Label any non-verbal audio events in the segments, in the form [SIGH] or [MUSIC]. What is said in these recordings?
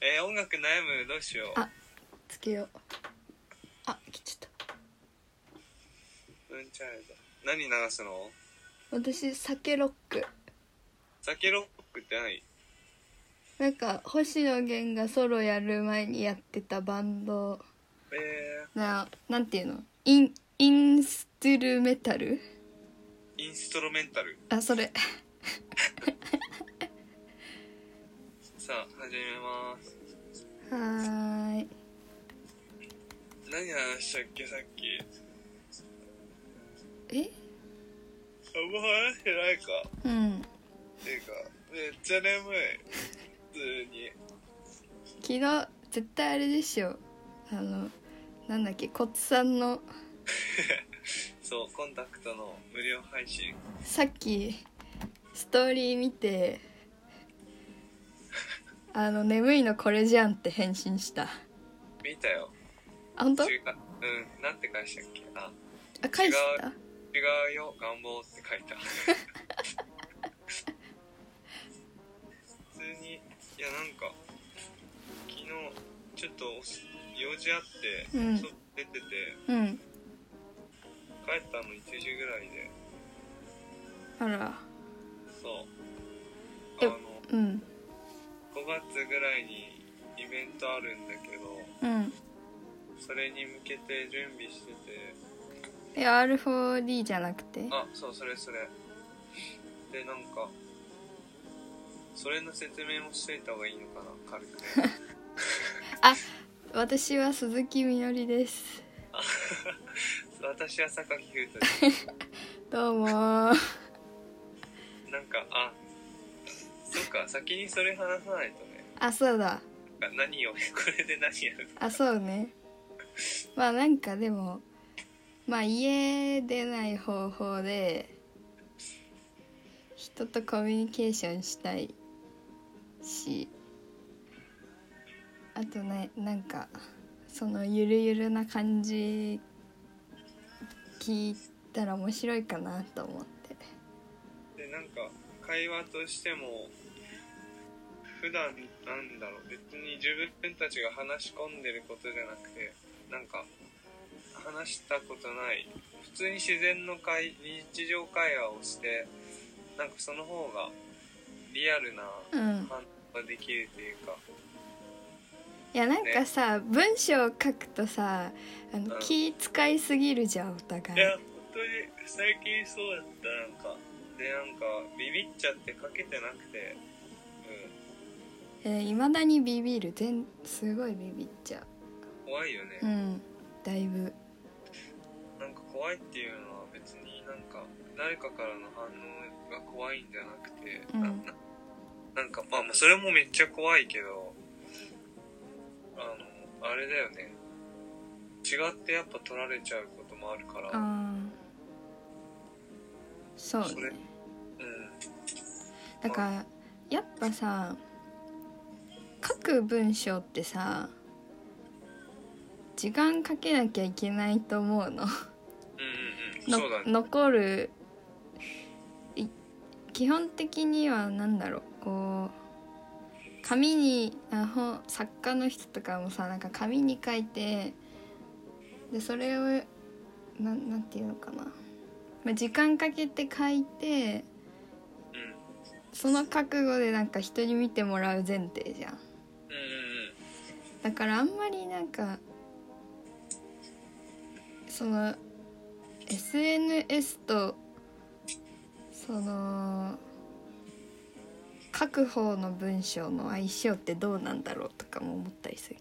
え音楽悩むどうしよあつけようあ来ちゃったううんチャイルド何流すの私酒ロック酒ロックって何なんか星野源がソロやる前にやってたバンドえななんていうのインインストゥルメタルー、インストロメンタルあそれさあ始めますはーい何話したっけさっきえあんま話してないかうんっていうかめっちゃ眠い普通に昨日絶対あれでしょあのなんだっけコツさんのそうコンタクトの無料配信さっきストーリー見てあの眠いのこれじゃんって返信した見たよあ本当違ううんなんて返したっけああ返した違うよ願望って書いた普通にいやなんか昨日ちょっとおし用事あって、うん外出ててうん帰ったの1時ぐらいであらそうあえのうん5月ぐらいにイベントあるんだけどうんそれに向けて準備しててえ R4D じゃなくてあそうそれそれでなんかそれの説明もしといた方がいいのかな軽く私は鈴木みのりです私は榊優斗でどうもーすなんかあそっか先にそれ話さないとねあそうだなんか何をこれで何やるあそうねまあなんかでもまあ家出ない方法で人とコミュニケーションしたいしあとねなんかそのゆるゆるな感じ聞いたら面白いかなと思ってでなんか会話としても普段なんだろう別に自分たちが話し込んでることじゃなくてなんか話したことない普通に自然の会日常会話をしてなんかその方がリアルなうん感ができるというかいやなんかさ文章を書くとさあうのん気使いすぎるじゃんいお互いや本当に最近そうだったなんかでなんかビビっちゃってかけてなくてうえー、未だにビビる全すごいビビっちゃん怖いよねううんだいぶなんか怖いっていうのは別になんか誰かからの反応が怖いんじゃなくて、うんなななんかまあまあそれもめっちゃ怖いけどあのあれだよね違ってやっぱ取られちゃうこともあるからあーそうそねれうんだからやっぱさ書く文章ってさ時間かけなきゃいけないと思ううのんうんうんのそうだね残るい基本的には何だろうこう紙にあ本作家の人とかもさなんか紙に書いてでそれをなんなんていうのかな、まあ、時間かけて書いてうんその覚悟でなんか人に見てもらう前提じゃん。うんうんうんだからあんまりなんかその SNS とその書く方の文章の相性ってどうなんだろうとかも思ったりするよ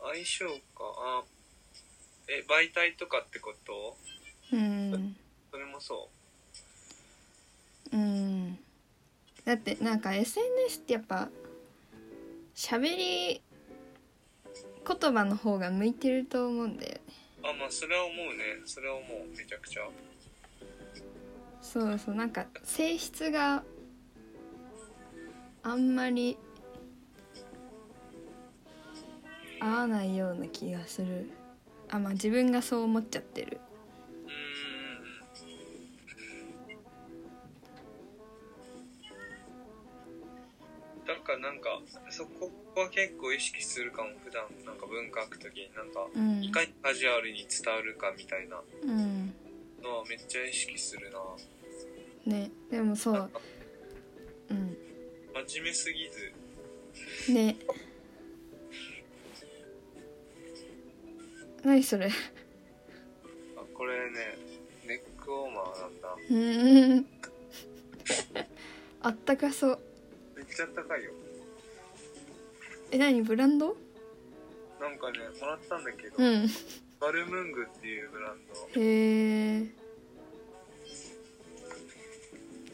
お相性かあえ媒体とかってことね。それもそうんうん、だってなんか SNS ってやっぱ喋り言葉の方が向いてると思うんだよね。うあまあそれは思うねそれは思うめちゃくちゃそうそうなんか性質があんまり合わないような気がするあまあ自分がそう思っちゃってるうーんなんかそこは結構意識するかも普段なんか文書くときになんかうんいかにカジュアルに伝わるかみたいなうんのはめっちゃ意識するなねでもそなんうかうん真面目すぎずね何それあこれねネックウォーマーなんだうーんあったかそうめっちゃ高いよえ何ブランドなんかねもらったんだけど、うんバルムングっていうブランドへえ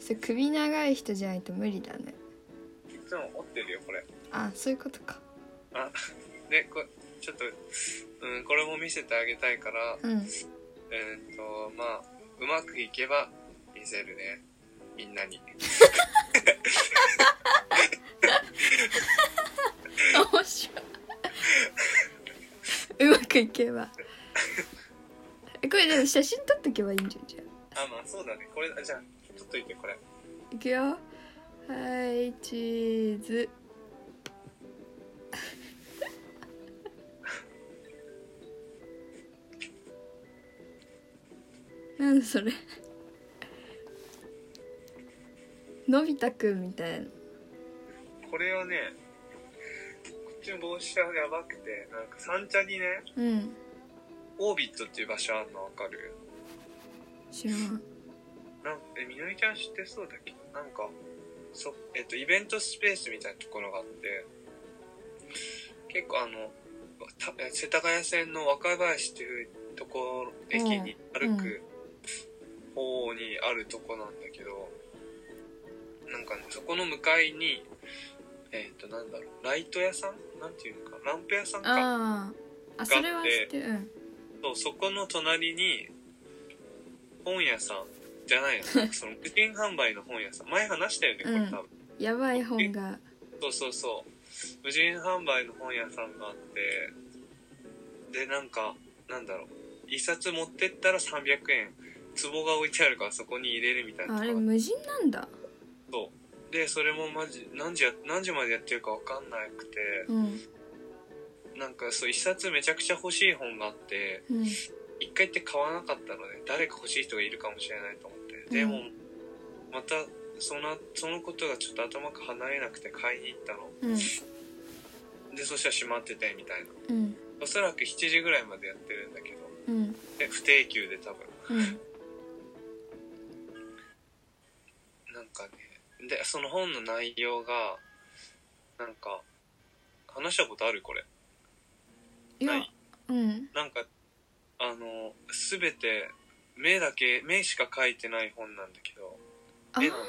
それ首長い人じゃないと無理だねいつも折ってるよこれあそういうことかあでこちょっと、うん、これも見せてあげたいからうんえーっとまあうまくいけば見せるねみんなに面白いうまくいけばえこれでも写真撮っとけばいいんじゃんじゃあまあそうだねこれあじゃあ取っといてこれあいくよはーいチーズ [LAUGHS] なんそれのび太くんみたいなこれはねこっちの帽子はやばくてなんか三茶にねうんオービットっていう場所あるのわかる知らんなんえみのりちゃん知ってそうだっけなんかそえっとイベントスペースみたいなところがあって結構あのたえ世田谷線の若林っていうところ駅にうん歩く方にあるとこなんだけど、なんかねそこの向かいにえっとなんだろうライト屋さんなんていうのかランプ屋さんかあーあそれは知ってるうんそうそこの隣に本屋さんじゃないのなんかその無人販売の本屋さん前話したよねこれうん多分、やばい本がそうそうそう無人販売の本屋さんがあってでなんかなんだろう一冊持ってったら300円壺が置いてあるからそこに入れるみたいなああれとこ無人なんだそうでそれもマジ何時や何時までやってるか分かんなくてうんなんかそう一冊めちゃくちゃ欲しい本があってうん一回って買わなかったので誰か欲しい人がいるかもしれないと思ってでうんもまたそのそのことがちょっと頭から離れなくて買いに行ったのうんでそしたら閉まっててみたいなうんおそらく7時ぐらいまでやってるんだけどうんで不定休で多分うんなんかねでその本の内容がなんか話したことあるこれいやないうんなんかあの全て目だけ目しか書いてない本なんだけどあ絵なのね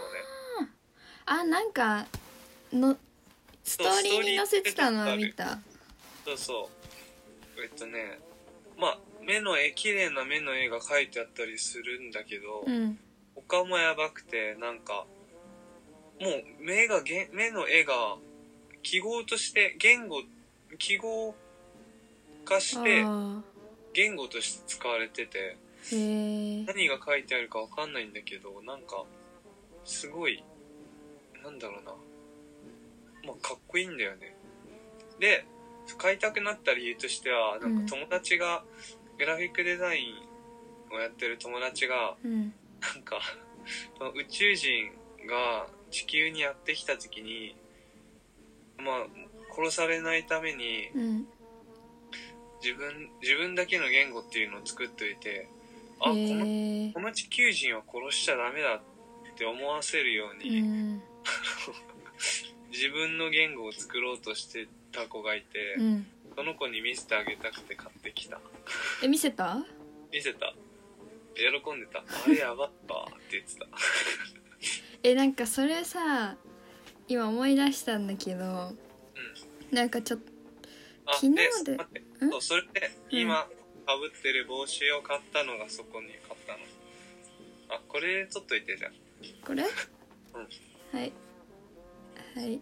あなんかのストーリーに載せてたのは見たそうそうえっとねまあ目の絵綺麗な目の絵が描いてあったりするんだけど、うん他もやばくてなんかもう目がげ目の絵が記号として言語記号化あしてー言語として使われててへえ何が書いてあるかわかんないんだけどなんかすごいなんだろうなまあかっこいいんだよねで買いたくなった理由としてはなんか友達が、グラフィックデザインをやってる友達がうんなんかその宇宙人が地球にやってきた時にまあ殺されないためにうん自分自分だけの言語っていうのを作っといてあこのへえこの地球人を殺しちゃダメだって思わせるよううに、ん自分の言語を作ろうとしてた子がいて、うんその子に見せてあげたくて買ってきたえ見せた見せた喜んでた「あれやばった」って言ってたえなんかそれさ今思い出したんだけどなんかちょっとあ昨日でで待ってんそうそれで今かぶってる帽子を買ったのがそこに買ったのあこれ取っといてじゃんこれはいはい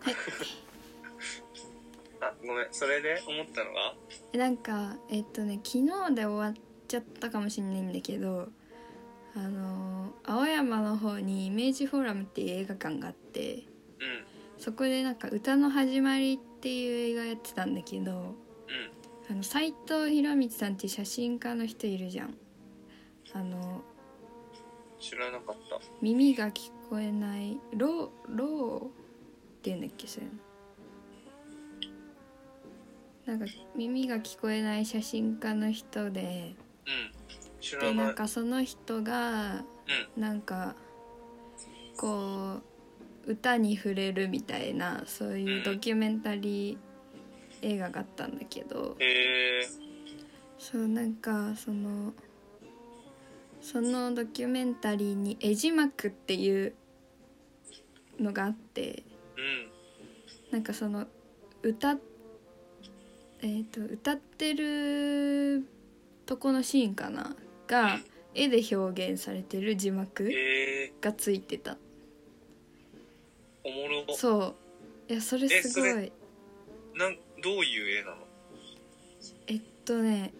はいあごめんそれで思ったのがえなんかえっとね昨日で終わっちゃったかもしれないんだけどあのー青山マの方にイメージフォーラムっていう映画館があってうんそこでなんか「歌の始まり」っていう映画やってたんだけうどんあの斉藤博光さんっていう写真家の人いるじゃんあの知らなかった耳が聞こえないローローっていうんだっけそれなんか耳が聞こえない写真家の人でうん知らでないなんかその人がなんかこう歌に触れるみたいなそういうドキュメンタリー映画があったんだけどうんへえそうなんかそのそのドキュメンタリーに絵字幕っていうのがあってうんなんかその歌えっ、と歌ってるとこのシーンかなが絵で表現されてる字幕へえがついてたおもろそういやそれえすごそいなんどういう絵なのえっとね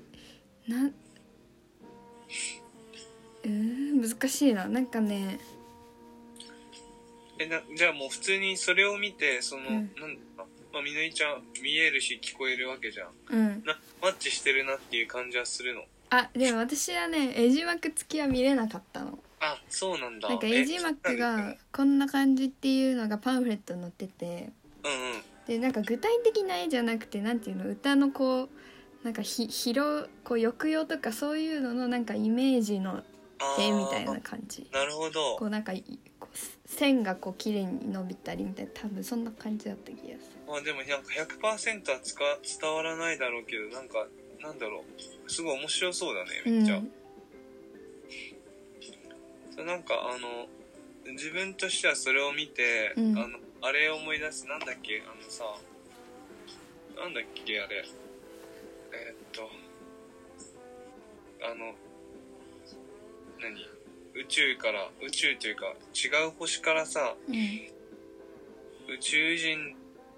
なんうーん難しいななんかねえなじゃあもう普通にそれを見てその、うんなんだまあみのりちゃん見えるし聞こえるわけじゃんうんなマッチしてるなっていう感じはするのあでも私はね絵字幕付きは見れなかったのあそうなんだなんかえ絵字幕そうなんがだこんな感じっていうのがパンフレットに載っててうんうんでなんか具体的な絵じゃなくてなんていうの歌のこうなんかひ広こう抑揚とかそういうののなんかイメージのあ絵ーみたいな感じなるほどこうなんかいこう線がこう綺麗に伸びたりみたいな多分そんな感じだった気がするまあでもなんか100%はつか伝わらないだろうけどなんかなんだろうすごい面白そうだねめっちゃ、そうなんかあの自分としてはそれを見て、うんあのあれを思い出すなんだっけあのさなんだっけあれえーっとあの何宇宙から宇宙というか違う星からさうん、うん、宇宙人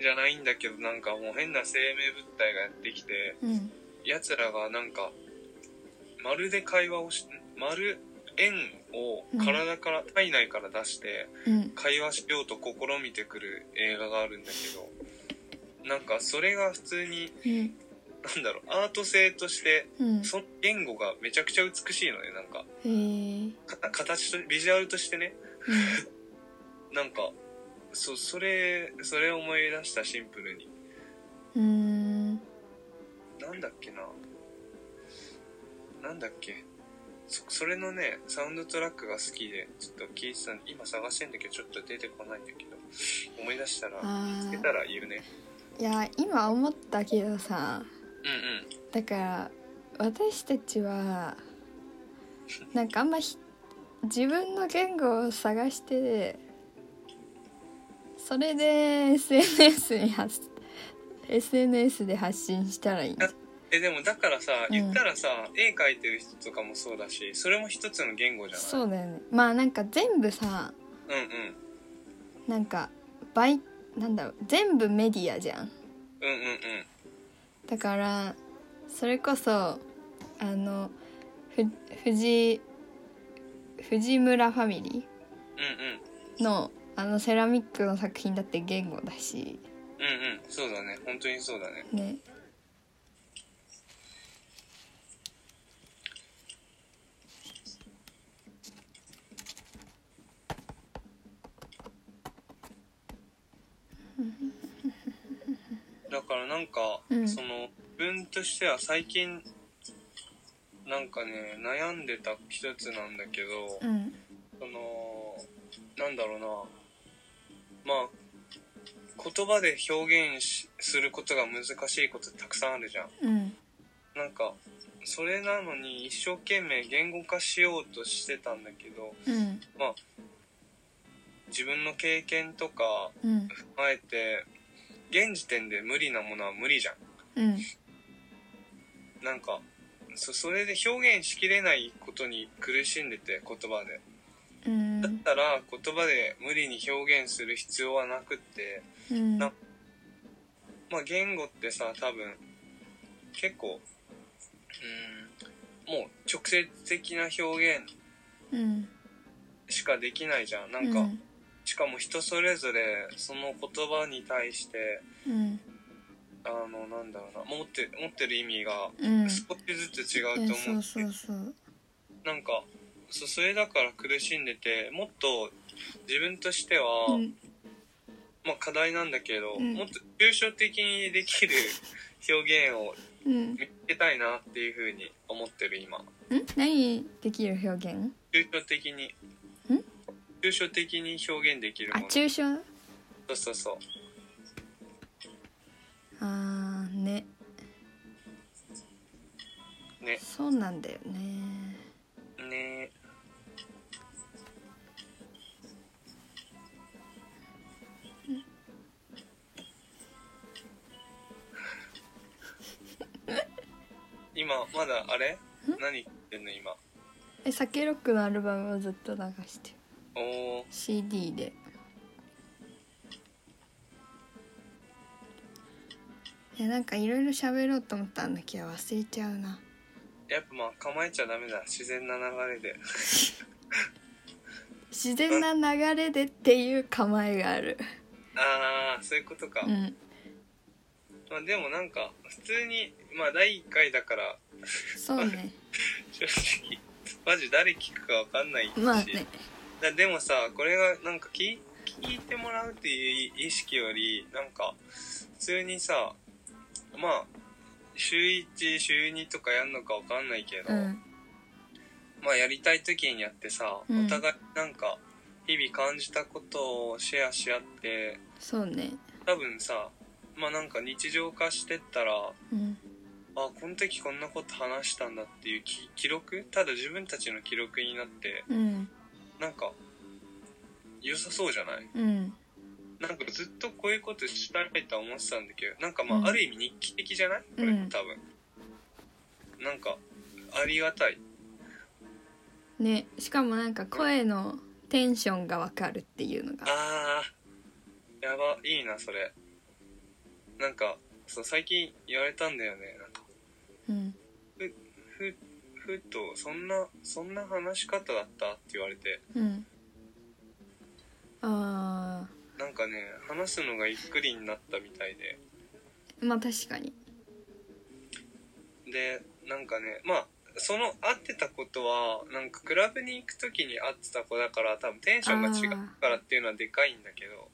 じゃないんだけどなんかもう変な生命物体がやってきてうん奴らがなんかまるで会話をしまる円を体から、体内から出してうん会話しようと試みてくる映画があるんだけどなんかそれが普通にうんなんだろうアート性としてうんその言語がめちゃくちゃ美しいのねなんかへーか形とビジュアルとしてねなんかそうそれそれを思い出したシンプルにうんうなんだっけななんだっけそそれのねサウンドトラックが好きでちょっと聞いてたん今探してんだけどちょっと出てこないんだけど思い出したらあ見つけたーら言うねいや今思ったけどさうだから私たちはなんかあんまひ自分の言語を探してそれで SNS に発 SNS で発信したらいいんだんうんえでもだからさうん言ったらさ、絵描いてる人とかもそうだしそれも一つの言語じゃないそうだよねまあなんか全部さうんうんなんか媒なんだろう全部メディアじゃんうんうんうんだからそれこそあのふ藤井藤村ファミリうんうんーのあのセラミックの作品だって言語だしうんうんそうだね本当にそうだねねだからなんか、うんその自分としては最近なんかね悩んでた一つなんだけど、うんそのなんだろうなまあ言葉で表現しすることが難しいことってたくさんあるじゃんうんなんかそれなのに一生懸命言語化しようとしてたんだけどうん自分の経験とかうん踏まえて現時点で無理なものは無理じゃうんんなんかそそれで表現しきれないことに苦しんでて言葉でうんだったら言葉で無理に表現する必要はなくってうんなまあ言語ってさ多分結構うーんもう直接的な表現うんしかできないじゃんなんか、しかも人それぞれその言葉に対してうんあのなんだろうな持って持ってる意味がうん、うん、少しずつ違うえと思そううし、そうそうなんかそそれだから苦しんでてもっと自分としては、うんまあ課題なんだけど、うんもっと抽象的にできる [LAUGHS] 表現をうんん見つけたいなっていうふうに思ってる今何できる表現抽象的に抽象的に表現できるあもの抽象そうそうそうあーねねそうなんだよねね [LAUGHS] 今まだあれ何言ってんの今え酒ロックのアルバムをずっと流してるおお CD でいやなんかいろいろ喋ろうと思ったんだけど忘れちゃうなやっぱまあ構えちゃダメだ自然な流れで自然な流れでっていう構えがあるああそういうことか、うんまあでもなんか普通にまあ第1回だからそうね正直マジ誰聞くかわかんないし、まあねだでもさこれがなんか聞い聞いてもらうっていう意識よりなんか普通にさまあ週1週2とかやんのかわかんないけど、うんまあやりたい時にやってさ、うんお互いなんか日々感じたことをシェアし合ってそうね多分さまあなんか日常化してったらうんあこの時こんなこと話したんだっていうき記録ただ自分たちの記録になってうんなんか良さそうじゃないうんなんかずっとこういうことしたいとは思ってたんだけどなんかまあ、うんある意味日記的じゃないこれ多う分ん、なんかありがたいねしかもなんか声のテンションがわかるっていうのがあーやばいいなそれなんかそう最近言われたんだよねなんかうんふふっとそんなそんな話し方だったって言われてうんあなんかね話すのがゆっくりになったみたいでーまあ確かにでなんかねまあその合ってたことはなんかクラブに行く時に合ってた子だから多分テンションが違うからっていうのはでかいんだけど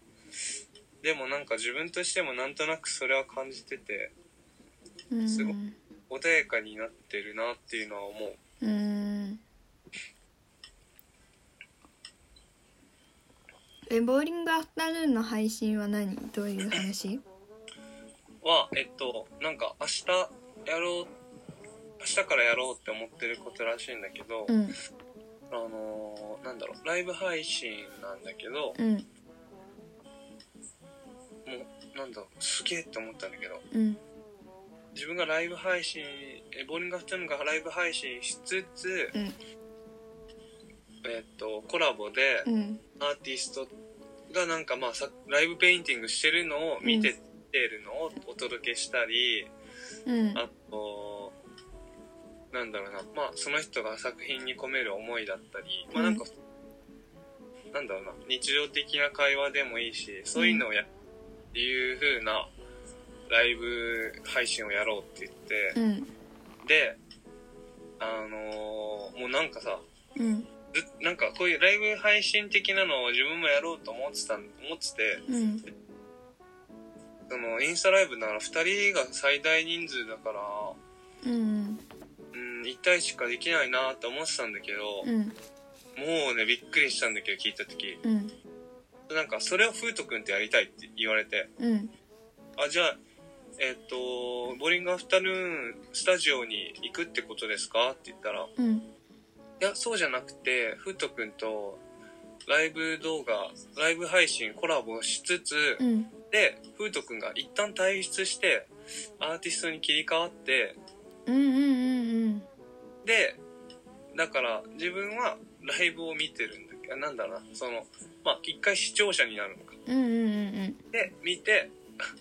でもなんか自分としてもなんとなくそれは感じててうんすごい穏やかになってるなっていうのは思ううんえボーリングアフタヌーンの配信は何どういう話はえっとなんか明日やろう明日からやろうって思ってることらしいんだけど、うんあのーなんだろうライブ配信なんだけどうんもうなんだろうすげえって思ったんだけどうん自分がライブ配信えボーリングアフタヌーンがライブ配信しつつ、うんえっとコラボでうんアーティストがなんかまあさライブペインティングしてるのを見ててるのをお届けしたり、うんあとなんだろうなまあその人が作品に込める思いだったりまあなんか、なんだろうな日常的な会話でもいいしそういうのをやっていう風なライブ配信をやろうって言って。うんであのーもうなんかさうんずなんかこういうライブ配信的なのを自分もやろうと思ってたん思っててうんそのインスタライブなら2人が最大人数だからうんうん1対1しかできないなって思ってたんだけど、うんもうねびっくりしたんだけど聞いた時うんなんかそれをふうとくんとやりたいって言われてうんあじゃあえっとボーリングアフタヌーンスタジオに行くってことですかって言ったらうんいや、そうじゃなくて、ふうとくんと、ライブ動画、ライブ配信コラボしつつ、うんで、ふうとくんが一旦退出して、アーティストに切り替わって、うんうんで、だから自分はライブを見てるんだけど、なんだろうな、その、まあ、一回視聴者になるのか。うんうんうんうんうんで、見て、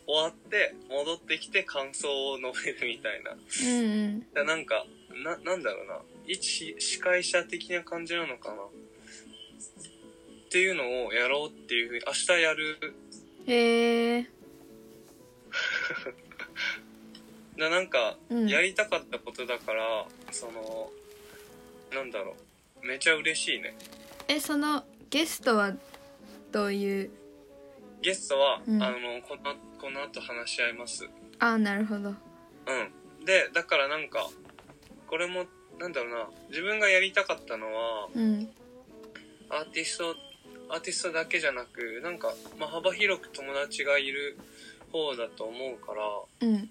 終わって、戻ってきて感想を述べるみたいな。うんだなんかななんだろうな一司会者的な感じなのかなっていうのをやろうっていうふうに明日やるへえななんかうんやりたかったことだから、そのなんだろうめちゃ嬉しいねえそのゲストはどういうゲストは、うんあのこのこの後話し合いますああなるほどうんでだからなんかこれもなんだろうな自分がやりたかったのはうんアーティストアーティストだけじゃなくなんか、まあ、幅広く友達がいる方だと思うからうん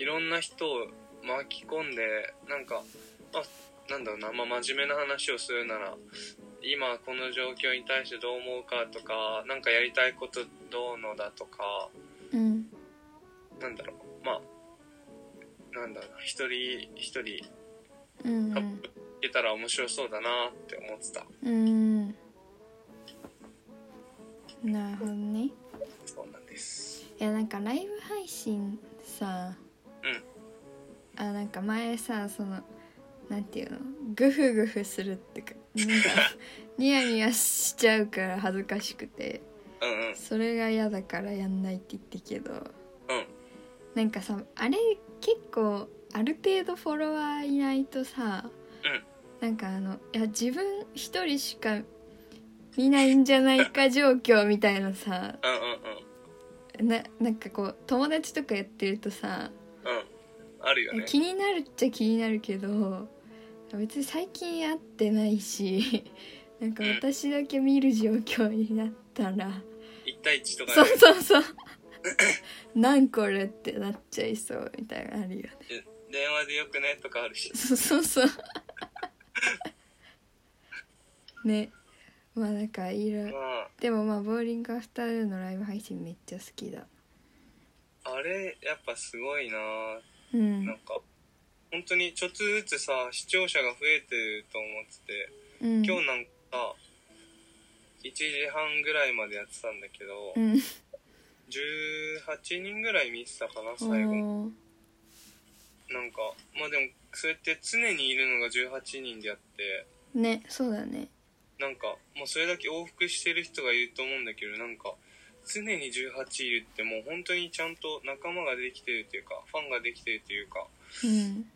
いろんな人を巻き込んでなんかあなんだろうな、まあ、真面目な話をするなら今この状況に対してどう思うかとかなんかやりたいことどうのだとかうんなんだろうまあなんだろうな一人一人うん多分いけたら面白そうだなって思ってたうんなるほどねいそうなんですやなんかライブ配信さあなんか前さそのなんていうのグフグフするってかなんかニヤニヤしちゃうから恥ずかしくてうんうんそれが嫌だからやんないって言ってけどうんなんかさあれ結構ある程度フォロワーいないとさ、なんかあのいや自分一人しか見ないんじゃないか状況みたいなさうんうんうんななんかこう友達とかやってるとさ、うんあるよね気になるっちゃ気になるけど別に最近会ってない [LAUGHS] しなんか私だけ見る状況になったら、 1対1とかそうねそうそう [LAUGHS] なんこれってなっちゃいそうみたいなのあるよね電話でよくねとかあるしそうそうそうねまあなんかいろまでもまあボーリングアフターヌーンのライブ配信めっちゃ好きだああれやっぱすごいなうなんんか本当にちょっとずつさ視聴者が増えてると思っててうん今日なんかさ1時半ぐらいまでやってたんだけどうん18人ぐらい見てたかなお最後ーなんかまあでもそうやって常にいるのが18人であってねそうだねなんかもうそれだけ往復してる人がいると思うんだけどなんか常に18いるってもう本当にちゃんと仲間ができてるというかファンができてるというかうん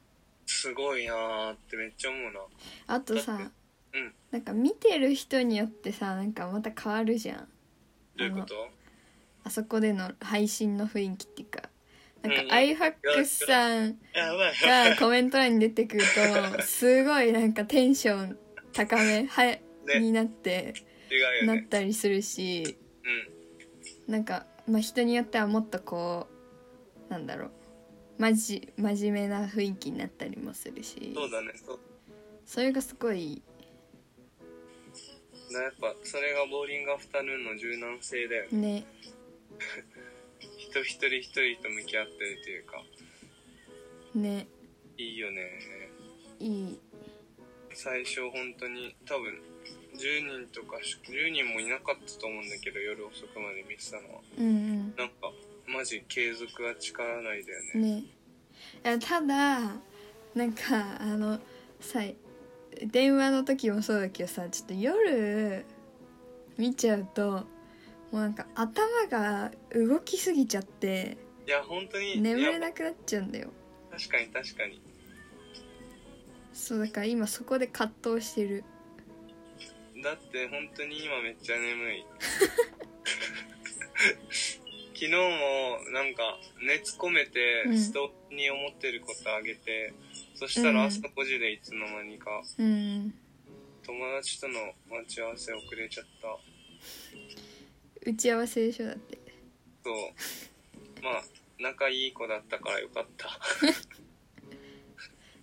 すごいなーってめっちゃ思うなあとさだってうんなんか見てる人によってさなんかまた変わるじゃんどういうことあそこでの配信の雰囲気っていうかなんうんかアイハックスさんやばいがコメント欄に出てくる [LAUGHS] とすごいなんかテンション高めはねになって違うよなっねたりするしなんか、まあ、人によってはもっとこうなんだろうまじ真面目な雰囲気になったりもするうしんそうだねそうそれがすごいなやっぱそれがボーリングアフタヌーンの柔軟性だよねね人一人一人と向き合ってるというかねいいよねいい最初本当に多分10人とかし10人もいなかったと思うんだけど夜遅くまで見てたのはうんなんかマジ継続は力ないだようんねねいやただなんかあのさ電話の時もそうだけどさちょっと夜見ちゃうともうなんか頭が動きすぎちゃっていや本当に眠いれやなくなっちゃうんだよ確かに確かにそうだから今そこで葛藤してるだって本当に今めっちゃ眠い [LAUGHS] 昨日もなんか熱込めてうんストーリーに思ってることあげて、そしたら朝うん5時でいつの間にかうん友達との待ち合わせ遅れちゃった打ち合わせでしょだってそうまあ仲いい子だったからよかった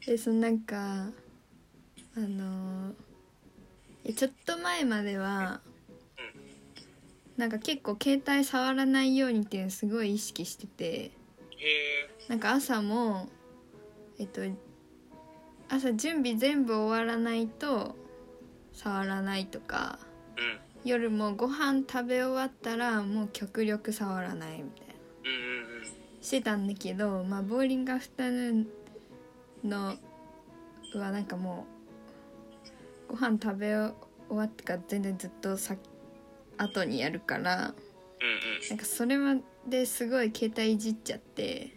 [LAUGHS] えそのなんかあのーえちょっと前まではうなんか結構携帯触らないようにっていうのすごい意識しててへえなんか朝もえっと朝準備全部終わらないと触らないとかうん夜もご飯食べ終わったらもう極力触らないみたいなうんうんうんしてたんだけど、まあ、ボーリングアフタヌーンのはなんかもうご飯食べ終わってから全然ずっとさ後にやるからうんうんなんかそれまですごい携帯いじっちゃって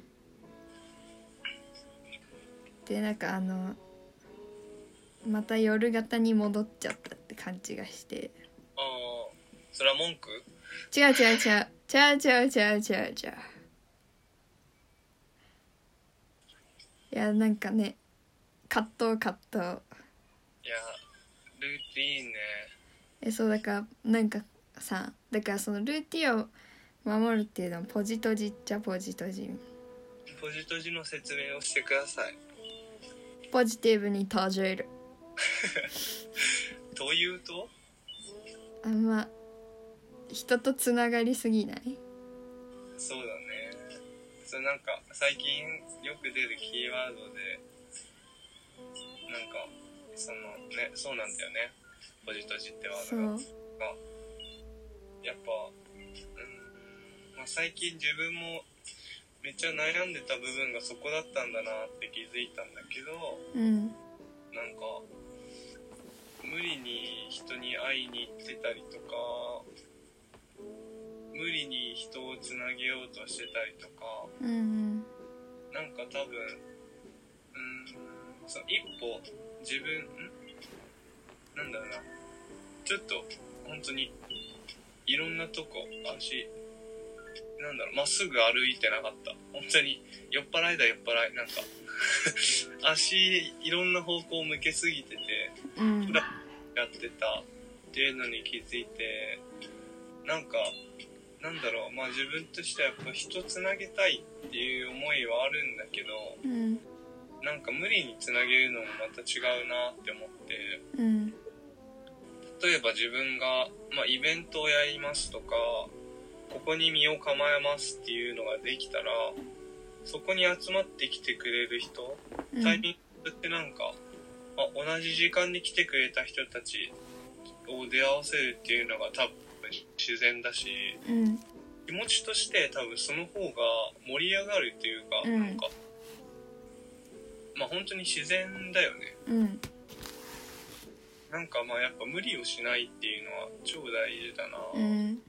でなんかあのまた夜型に戻っちゃったって感じがしてああそれは文句違う違う違う違う違う違う違う違ういやなんかね葛藤葛藤いやルーティーンねえそうだからなんかさだからそのルーティンを守るっていうのはポジトジっちゃポジトジポジトジの説明をしてくださいポジティブに登場いるというとあんま人とつながりすぎないそうだねそれなんか最近よく出るキーワードでなんかそのねそうなんだよねポジトジってワーそドがうやっぱ、うんまあ、最近自分もめっちゃ悩んでた部分がそこだったんだなって気づいたんだけどうんなんか無理に人に会いに行ってたりとか無理に人をつなげようとしてたりとかうんなんか多分うーんその一歩自分んなんだろうなちょっと本当にいろんなとこ足なんだろうまっすぐ歩いてなかった本当に酔っ払いだ酔っ払いなんか [LAUGHS] 足いろんな方向を向けすぎててうんフラやってたっていうのに気づいてなんかなんだろうまあ自分としてはやっぱ人つなげたいっていう思いはあるんだけどうんなんか無理につなげるのもまた違うなって思ってうん例えば自分が、まあ、イベントをやりますとかここに身を構えますっていうのができたらそこに集まってきてくれる人うんタイミングってなんか、あ、同じ時間に来てくれた人たちを出会わせるっていうのが多分自然だし、うん気持ちとして多分その方が盛り上がるっていうか、うんなんか、まあ本当に自然だよね。うんなんかまあやっぱ無理をしないっていうのは超大事だな。うん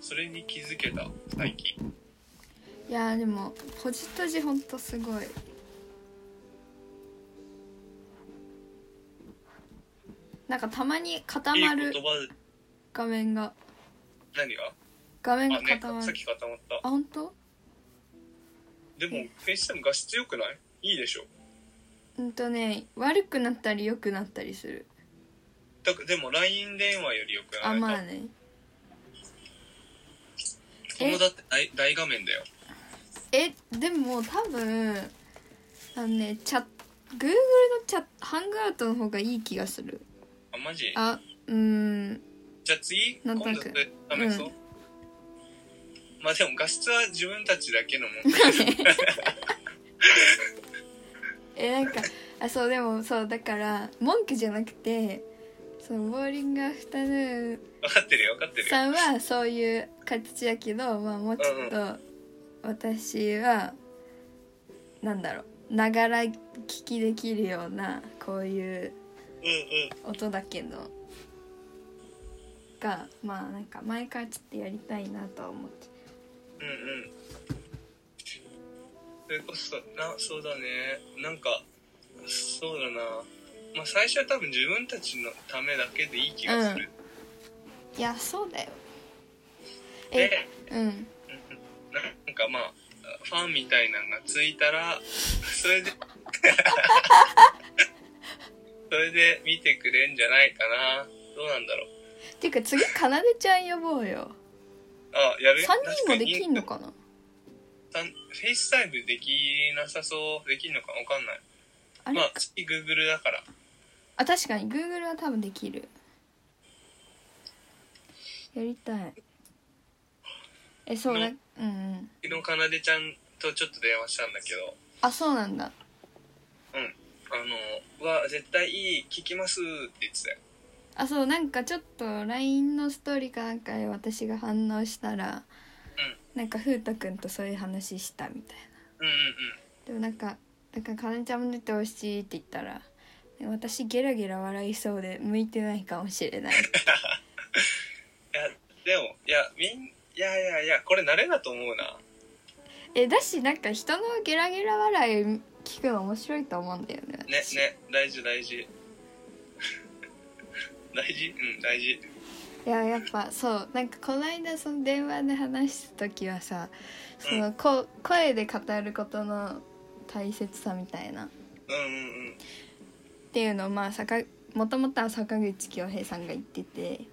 それに気づけた、最近。いやーでもポジトジほんとすごいなんかたまに固いいま言葉るで、画面が何が画面があ、ね、固まさっるき固まった。あ本当でも、フェイスタイム画質良くないいいでしょ。うんとね悪くなったり良くなったりするだからでも LINE 電話より良くないあまあねこのだって大大画面だよえでも多分あのねチャ Google のチャハングアウトの方がいい気がするあマジあうーんじゃあ次今なんとな度くそれ試そう、うんまあでも画質は自分たちだけの [LAUGHS] 問題えなんかあそうでもそうだから文句じゃなくてそのボーリングアフタヌーン分かってるよ分かってるよさんはそういう形だけど、まあ、もうちょっと私はなんだろうながら聞きできるようなこういううんうん音だけどがまあなんか前からちょっとやりたいなとは思ってうんうんそれこそなそうだねなんかそうだなまあ最初は多分自分たちのためだけでいい気がする、いやそうだよでえうんなんかまあファンみたいなのがついたら [LAUGHS] それでそれで見てくれんじゃないかなどうなんだろうていうか次かなでちゃん呼ぼうよあやる3人もできんのかな確かにフェイスタイムできなさそうできんのかわかんないあれまあ次 Google だからあ確かに Google は多分できるやりたいえそうだのうんうん昨日かなでちゃんとちょっと電話したんだけどあそうなんだあのは絶対いい聞きますって言ってたよあそうなんかちょっと LINE のストーリーかなんかで私が反応したら、なんか風太くんとそういう話したみたいうんうんなでもなんかだからかなちゃんも出てほしいって言ったら私ゲラゲラ笑いそうで向いてないかもしれないでもいやみんいやいやいやこれ慣れだと思うなえだしなんか人のゲラゲラ笑い聞くの面白いと思うんだよねね私ね大事大事 [LAUGHS] 大事うん大事いややっぱそうなんかこの間その電話で話した時はさそのこ、声で語ることの大切さみたいなっうんうんていうのをまあ坂もともとは坂口恭平さんが言っててうんうん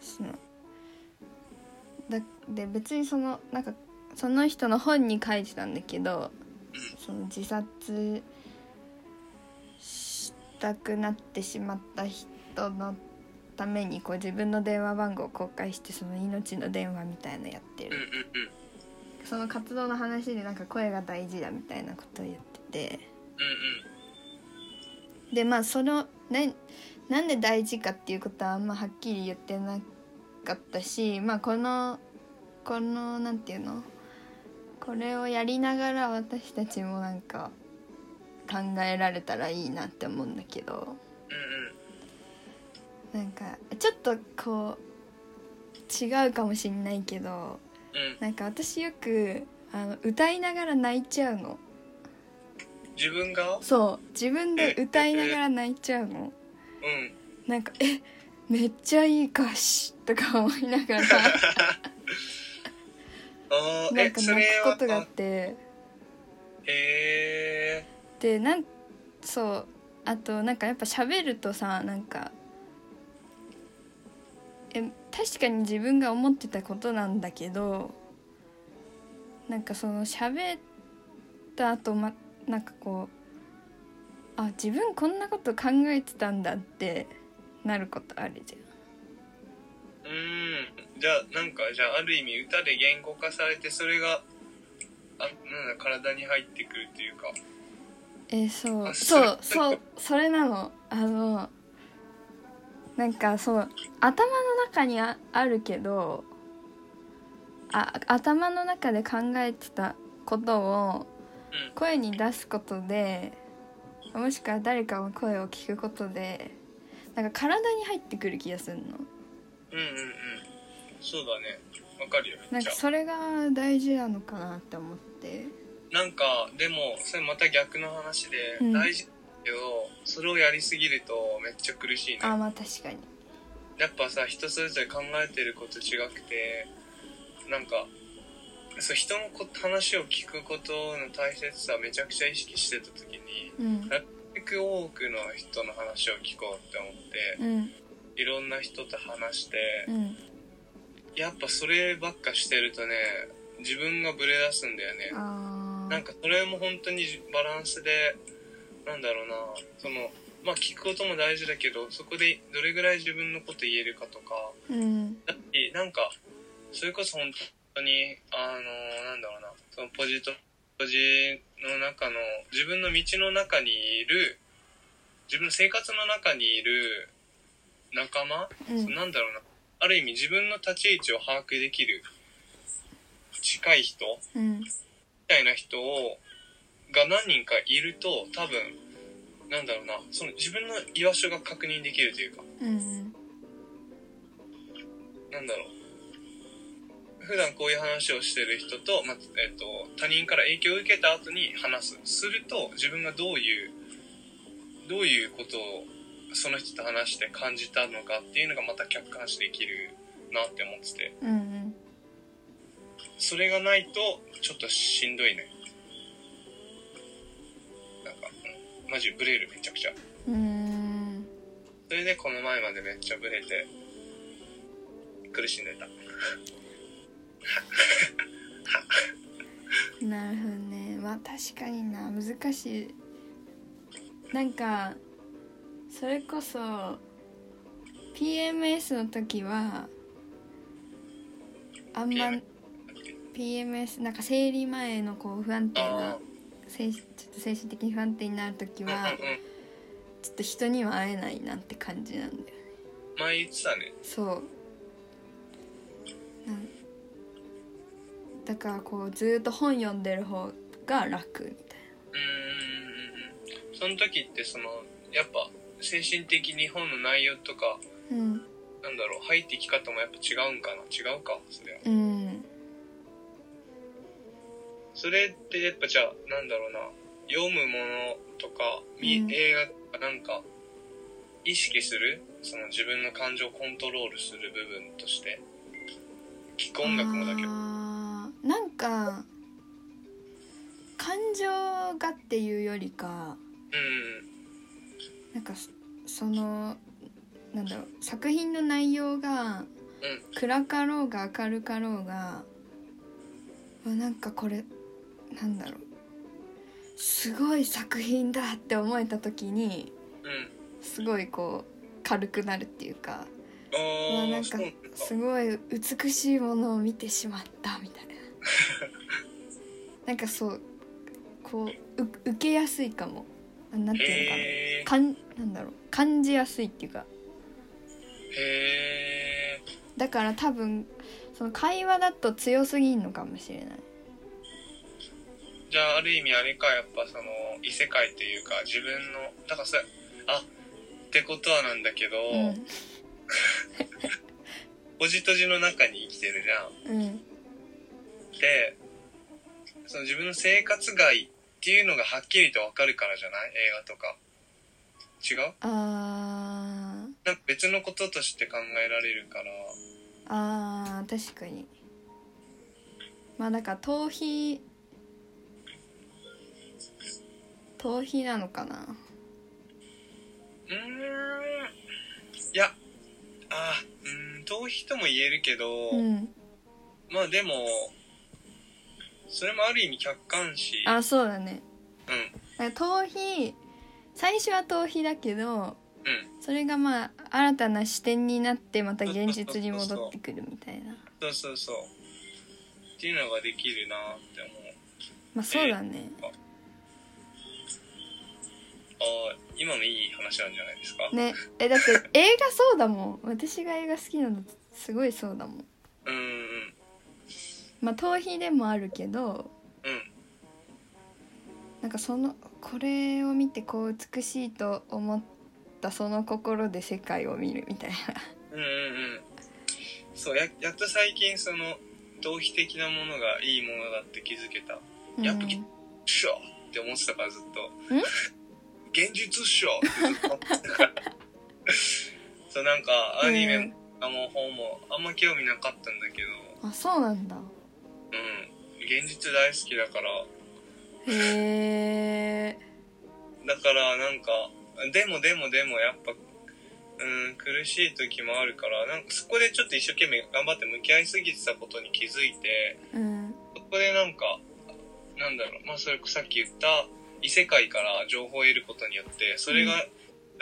そのだで別にそのなんかその人の本に書いてたんだけどその自殺したくなってしまった人のためにこう自分の電話番号を公開してその命の電話みたいなやってうんるうんその活動の話でなんか声が大事だみたいなことを言ってて。うんでまあそのねなんで大事かっていうことはあんまはっきり言ってなかったしまあこのこのなんていうのこれをやりながら私たちもなんか考えられたらいいなって思うんだけどうんうんうんなんかちょっとこう違うかもしんないけどうんなんか私よくあの歌いながら泣いちゃうの自分がそう自分で歌いながら泣いちゃうの。うんなんか「えめっちゃいい歌詞」とか思い [LAUGHS] ながらああなんえかそ泣れくはことがあっあてへえでなんそうあとなんかやっぱ喋るとさなんかえ確かに自分が思ってたことなんだけどなんかその喋った後、ま、なんかこうあ自分こんなこと考えてたんだってなることあるじゃん。うんじゃあなんかじゃあある意味歌で言語化されてそれがあなんだ体に入ってくるっていうかえーそうあそうそれそうそれなのあのなんかそう頭の中にああるけどあ頭の中で考えてたことをうん声に出すことでもしくは誰かの声を聞くことでなんか体に入ってくる気がするのうんうんうんそうだねわかるよめっなんちかゃそれが大事なのかなって思ってなんかでもそれまた逆の話で、うん大事だけどそれをやりすぎるとめっちゃ苦しいねあまあ確かにやっぱさ人それぞれ考えてること違くてなんかそう人のこ話を聞くことの大切さめちゃくちゃ意識してた時にうんなるべく多くの人の話を聞こうって思っうんていろんな人と話してうんやっぱそればっかしてるとね自分がブレ出すんだよねあなんーかそれも本当にバランスでなんだろうなそのまあ聞くことも大事だけどそこでどれぐらい自分のこと言えるかとかうんだってなんかそれこそ本当にあのなんだろうなそのポジとポジの中の自分の道の中にいる自分の生活の中にいる仲間うんなんだろうなある意味自分の立ち位置を把握できる近い人うんみたいな人をが何人かいると多分なんだろうなその自分の居場所が確認できるというかうんなんだろう普段こういう話をしてる人と,、まあえっと他人から影響を受けた後に話すすると自分がどういうどういうことをその人と話して感じたのかっていうのがまた客観視できるなって思っててうんうんそれがないとちょっとしんどいねなんか、うん、マジブレるめちゃくちゃうーんそれでこの前までめっちゃブレて苦しんでたなるほどねまあ確かにな難しいなんかそれこそ PMS の時はあんま PM PMS なんか生理前のこう不安定あな精ちょっと精神的に不安定になる時あはうんうんちょっと人には会えないなって感じなんだよね前言ってたねそうなんだからこうずーっと本読んでる方が楽みたいうーんその時ってそのやっぱ精神的に本の内容とかなうんなんだろう入ってき方もやっぱ違うんかな違うかそれはうんそれってやっぱじゃあなんだろうな読むものとか、みうん映画とかなんか意識するその自分の感情をコントロールする部分として聞く音楽もだけどあーなんか感情がっていうよりかうんなんかそそのなんだろう作品の内容がう暗かろうが明るかろうがうわなんかこれなんだろうすごい作品だって思えた時にうんすごいこう軽くなるっていうかうわあなあんそかうなんだすごい美しいものを見てしまったみたいななんかそうこうう受けやすいかもなんていうのかな、へえかんなんだろう感じやすいっていうかへえだから多分その会話だと強すぎんのかもしれないじゃあある意味あれかやっぱその異世界っていうか自分のだからそれあってことはなんだけど、ポジトジの中に生きてるじゃんうんうんでその自分の生活外っていうのがはっきりと分かるからじゃない映画とか違うあーなんか別のこととして考えられるからあー確かにまあだから逃避逃避なのかうなーんいやあーうーん逃避とも言えるけど、うんまあでもそれもある意味客観視あそうだねうんだから逃避最初は逃避だけどうんそれがまあ新たな視点になってまた現実に戻ってくるみたいなそうそうそうっていうのができるなって思うまあそうだねああ今のいい話なんじゃないですかねえだって映画そうだもん私が映画好きなのすごいそうだもんうんうんまあ逃避でもあるけどうんなんかそのこれを見てこう美しいと思ったその心で世界を見るみたいなうんうんうんそうややっと最近その逃避的なものがいいものだって気づけたやっぱきう「ショー!」って思ってたからずっとん「現実っしょ!」ってずっと思ってた [LAUGHS] からそうなんかアニメも,、あもう本もあんま興味なかったんだけどんあそうな [LAUGHS] んだうん現実大好きだからへえだからなんかでもでもでもやっぱうん苦しい時もあるからなんかそこでちょっと一生懸命頑張って向き合いすぎてたことに気づいてうんそこでなんかなんだろうまあそれさっき言った異世界から情報を得ることによってそれが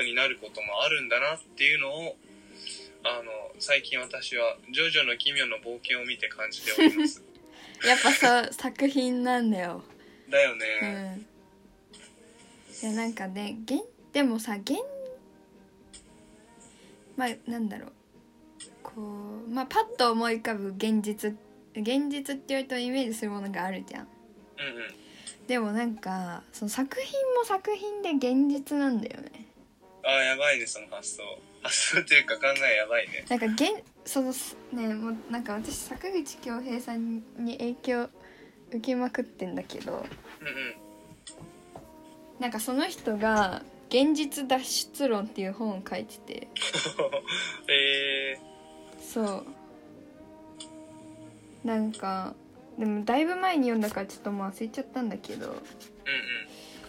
になることもあるんだなっていうのをあの最近私は「ジョジョの奇妙な冒険」を見て感じております [LAUGHS] やっぱさ作品なんだよだようねんいやなんかね現でもさ現まあなんだろうこうまあパッと思い浮かぶ現実現実って言うとイメージするものがあるじゃんうんうんでもなんかその作品も作品で現実なんだよねああやばいねその発想発想っていうか考えやばいねなんか現そのすねもうなんか私坂口恭平さんに影響受けまくってんだけどうんうん [LAUGHS] なんかその人が「現実脱出論」っていう本を書いててえそうなんかでもだいぶ前に読んだからちょっともう忘れちゃったんだけどー、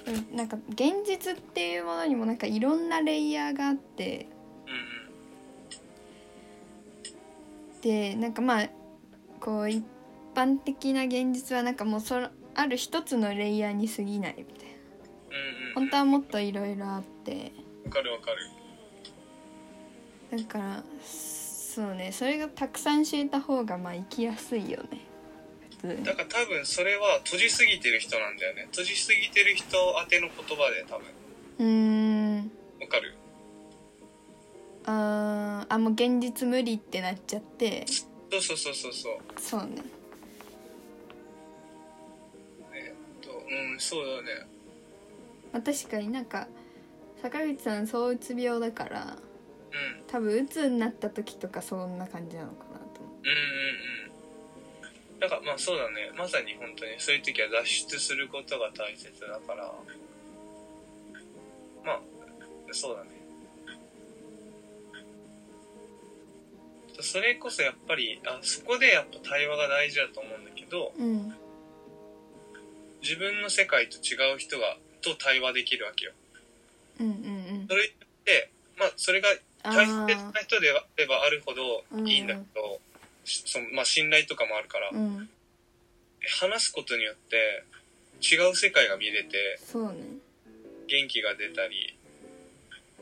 うんうんうんなんか現実っていうものにもなんかいろんなレイヤーがあってうんでなんかまあこう一般的な現実はなんかもうそのある一つのレイヤーに過ぎないみたいなうんうん本当はもっといろいろあってわかるわかるだからそうねそれがたくさん知れた方がまあ生きやすいよね普通にだから多分それは閉じすぎてる人なんだよね閉じすぎてる人宛ての言葉で多分うーんわかるあーあもう現実無理ってなっちゃってそうそうそうそうそうそうねえっとうんそうだねまあ確かになんか坂口さん躁うつ病だからうん多分鬱になった時とかそんな感じなのかなと思ううんうんうんだからまあそうだねまさに本当にそういう時は脱出することが大切だからまあそうだねそれこそやっぱりあそこでやっぱ対話が大事だと思うんだけどうん自分の世界と違う人がと対話できるわけようんうんそれってまあそれがあ大切ーな人であればあるほどいいんだけど、しそのまあ、信頼とかもあるから、うん話すことによって違う世界が見れてそうね元気が出たり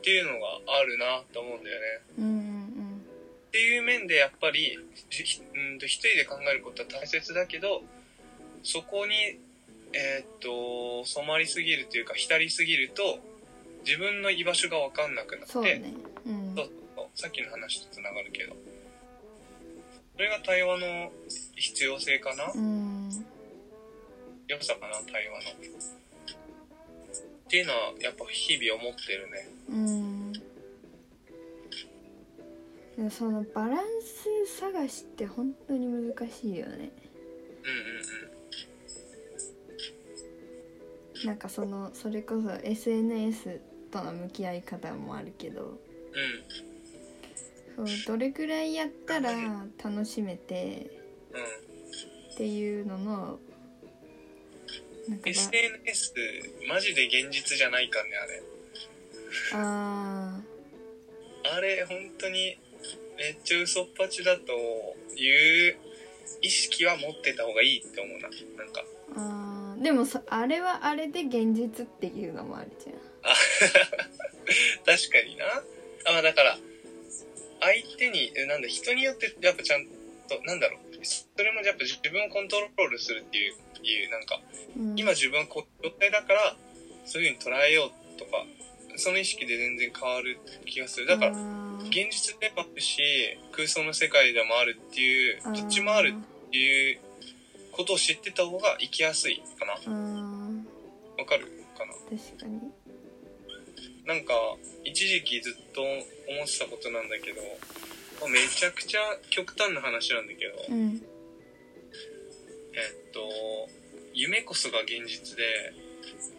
っていうのがあるなと思うんだよね。うんうんっていう面でやっぱりじひうんと一人で考えることは大切だけどそこに、えーっと染まりすぎるというか浸りすぎると自分の居場所が分かんなくなうっんてそうねうんそうそうさっきの話とつながるけどそれが対話の必要性かな、うん良さかな対話のっていうのはやっぱ日々思ってるねうんでもそのバランス探しって本当に難しいよねうなんかそのそれこそ SNS との向き合い方もあるけどんうんそうどれくらいやったら楽しめてうんうんっていうののなんか SNS マジで現実じゃないかねあればああれ本当にめっちゃ嘘っぱちだという意識は持ってた方がいいって思うななんかーあーでもそあれはあれで現実っていうのもあるじゃんあ確かになあまあだから相手にえなんだ人によってやっぱちゃんとなんだろうそれもやっぱ自分をコントロールするっていういうなんかうん、今自分はこういう状態だからそういうふうに捉えようとかその意識で全然変わる気がするだからあー現実でもあるし空想の世界でもあるっていうどっちもあるっていうことを知ってた方が生きやすいかなあーわかるかな確かになんか一時期ずっと思ってたことなんだけどまあめちゃくちゃ極端な話なんだけどうんえっと夢こそが現実で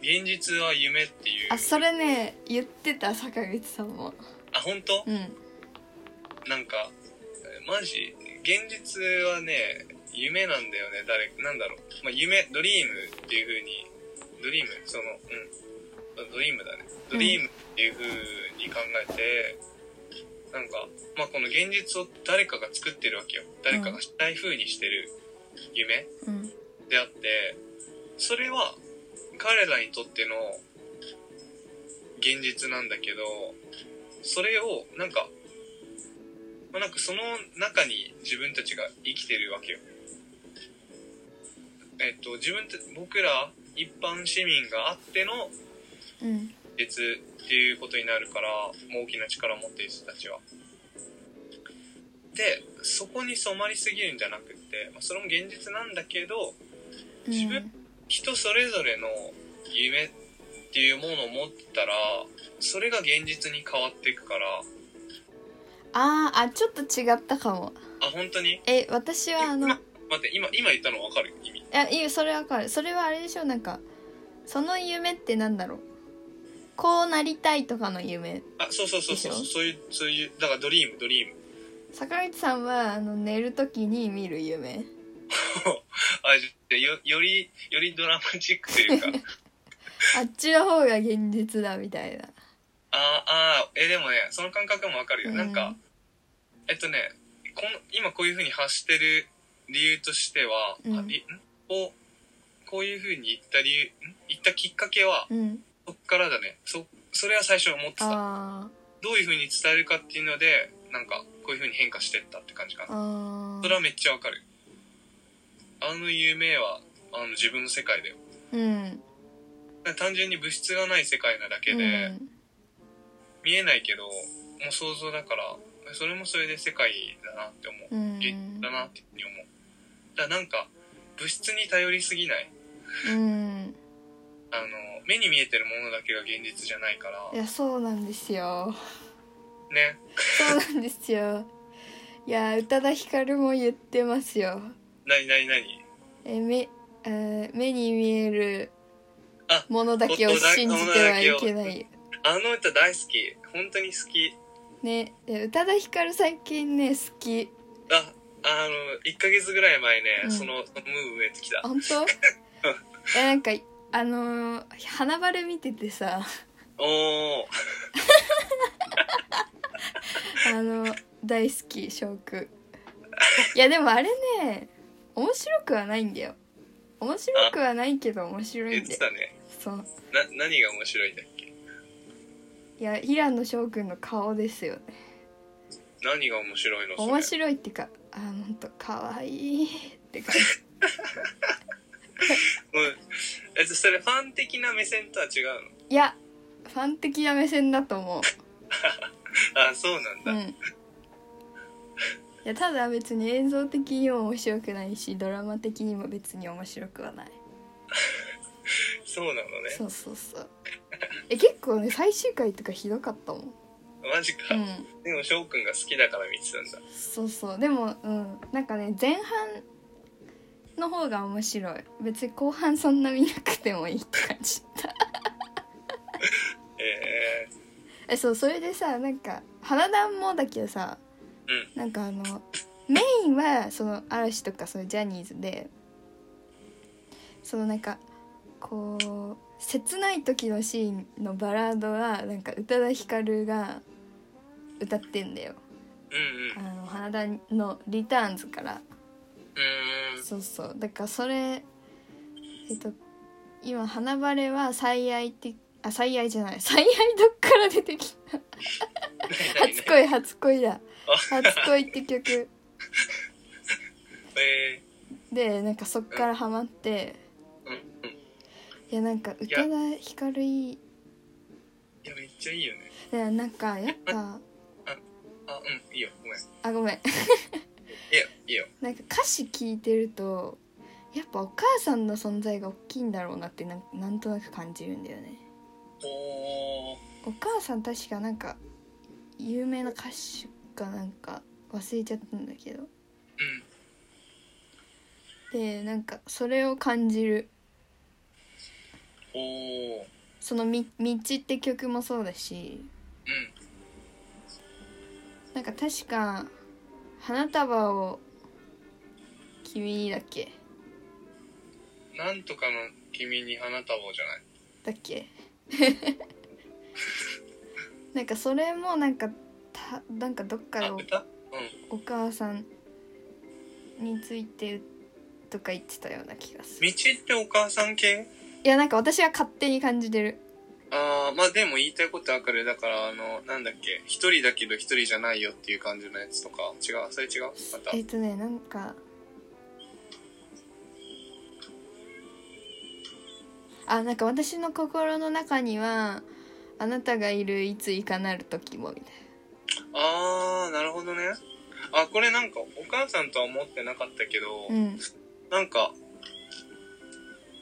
現実は夢っていうあそれね言ってた坂口さんもあ本当うんなんか、えーマジ、現実はね、夢なんだよね、誰、なんだろう。まあ、夢、ドリームっていう風に、ドリーム、その、うん、ドリームだね。ドリームっていう風に考えて、なんか、まあ、この現実を誰かが作ってるわけよ。誰かがしたい風にしてる夢うんであって、それは彼らにとっての現実なんだけど、それをなんか、まあ、なんかその中に自分たちが生きてるわけよ。えっと、自分た僕ら一般市民があってのうん別っていうことになるから、もう大きな力を持っている人たちは。で、そこに染まりすぎるんじゃなくって、まあ、それも現実なんだけど、自分人それぞれの夢っていうものを持ってたらそれが現実に変わっていくからあーあちょっと違ったかもあ本当にえ私はあ今の待って今今言ったの分かる意味いやいいよそれわかるそれはあれでしょなんかその夢ってなんだろうこうなりたいとかの夢あそうそうそうそうでしょそういうそういうだからドリームドリーム坂口さんはあの寝る時に見る夢あじゃよよりよりドラマチックという [LAUGHS] かあっちの方が現実だみたいなああえでもねその感覚も分かるよ、うんなんかえっとねこの今こういうふうに発してる理由としては、あうんりんこうこういうふうに言った理由ん言ったきっかけは、うんそっからだね。そ、それは最初思ってた。あーどういう風に伝えるかっていうので、なんか、こういう風に変化してったって感じかな。あそれはめっちゃわかる。あの夢は、あの自分の世界だよ。ーうん単純に物質がない世界なだけで、見えないけど、もう想像だから、それもそれで世界だなって思う。うんうん現実だなっていうふうに思う。だからなんか、物質に頼りすぎない。うんあの、目に見えてるものだけが現実じゃないからい、やそうなんですよねそうなんですよいや宇多田ヒカルも言ってますよなになになにえ目あー目に見えるあものだけを信じてはいけないあの歌大好き本当に好きねで宇多田ヒカル最近ね好きああの1ヶ月ぐらい前ね、うんそのそのムーブ植えてきた本 [LAUGHS] 当えなんかあのー花丸見ててさおおあの大好き翔くんいやでもあれね面白くはないんだよ面白くはないけど面白い言んっでてたねそうな何が面白いんだっけいや平野翔くんの顔ですよね何が面白いのそれ面白いっていうかあほんと可愛いって感じうんえそれファン的な目線とは違うのいやファン的な目線だと思うあそうなんうだ、んいやただ別に映像的にも面白くないしドラマ的にも別に面白くはないそうなのねそうそうそうえ結構ね最終回とかひどかったもんマジか、うんでも翔くんが好きだから見てたんだそうそうでもうんなんかね前半の方が面白い別に後半そんな見なくてもいいって感じだったええそうそれでさなんか花壇もだけどさ、うなんかあのメインはその嵐とかそういうジャニーズでそのなんかこう切ない時のシーンのバラードはなんか宇多田ヒカルが歌ってんだよー、うんうんあの花壇の「リターンズ」からうーんそうそうだからそれえっと今花バレは最愛ってあ最愛じゃない最愛どっから出てきた何初恋初恋だあ初恋って曲えでなんかそっからハマってー、うんうんいやなんか宇多田ヒカルいいいやめっちゃいいよねいやなんかやっ [LAUGHS] ぱあうんいいよごめんいあごめんやいいよなんか歌詞聞いてるとやっぱお母さんの存在が大きいんだろうなってなんなんとなく感じるんだよねおーお母さん確かなんか有名な歌手かなんか忘れちゃったんだけどうんでなんかそれを感じるおーそのみ「道」って曲もそうだしうんなんか確か花束を君にだっけなんとかの君に花束をじゃないだっけ [LAUGHS] なんかそれもなんかたなんかどっかであお歌うんお母さんについてとか言ってたような気がす道るってお母さん系いやなんか私は勝手に感じてるああまあでも言いたいことわかるだからあのなんだっけ一人だけど一人じゃないよっていう感じのやつとか違うそれ違うまたえっとねなんかあなんか私の心の中にはあなたがいるいついかなる時もみたいああなるほどねあこれなんかお母さんとは思ってなかったけど、なうんなんか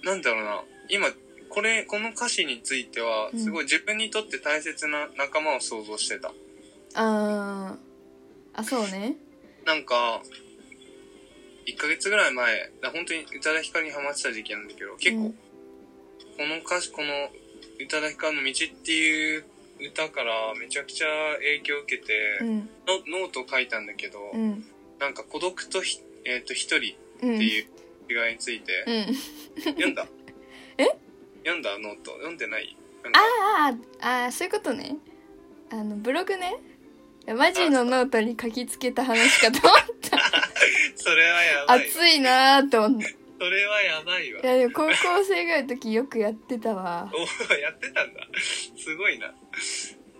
なんだろうな今これこの歌詞についてはうんすごい自分にとって大切な仲間を想像してた、あーあそうねなんか1ヶ月ぐらい前だ本当に宇多田ヒカルにハマってた時期なんだけど結構、うんこの歌詞この「宇多田ヒカルの道」っていう歌からめちゃくちゃ影響を受けて、うんのノートを書いたんだけど、うんなんか孤独とひ、えー、と一人っうんていう違いについ [LAUGHS] て、うん読んだえ読んだノート読んでないなんかあーあーあーそういうことねあのブログねマジのノートに書きつけた話かと思っそれはやたばい [LAUGHS] 熱いなーと思ったそれはやばいわいやでも高校生ぐらいの時よくやってたわおお [LAUGHS] やってたんだすごいな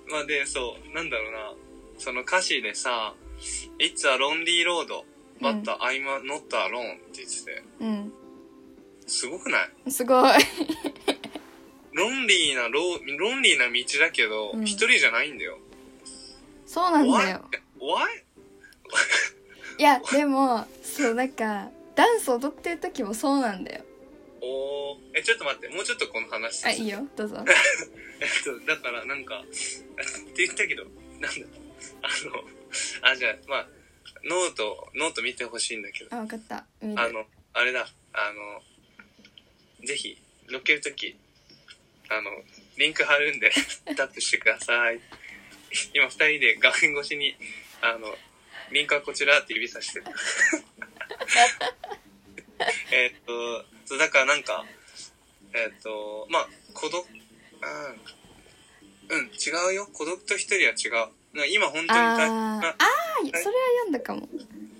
まあでそうなんだろうなその歌詞でさ「It's a lonely road but I'm not alone」って言っててうんすごくないすごいロンリーなローロンリーな道だけど一、うん人じゃないんだよそうなんだよ Why? いやでもそうなんかダンス踊ってる時もそうなんだよおーえちょっと待ってもうちょっとこの話さあせていいよどうぞえっとだからなんかって言ったけどなんだあの、あ、じゃあ、まあ、ノート、ノート見てほしいんだけど、あ分かった見あるの、あれだ、あの、ぜひ、載っけるとき、あの、リンク貼るんで、 [LAUGHS] タップしてください。今、二人で画面越しに、あの、リンクはこちらって指さ [LAUGHS] してる。えっと、そうだからなんか、えっと、まあ、孤独、うん、うん、違うよ。孤独と一人は違う。な今本当にあー大あーそれは読んだかも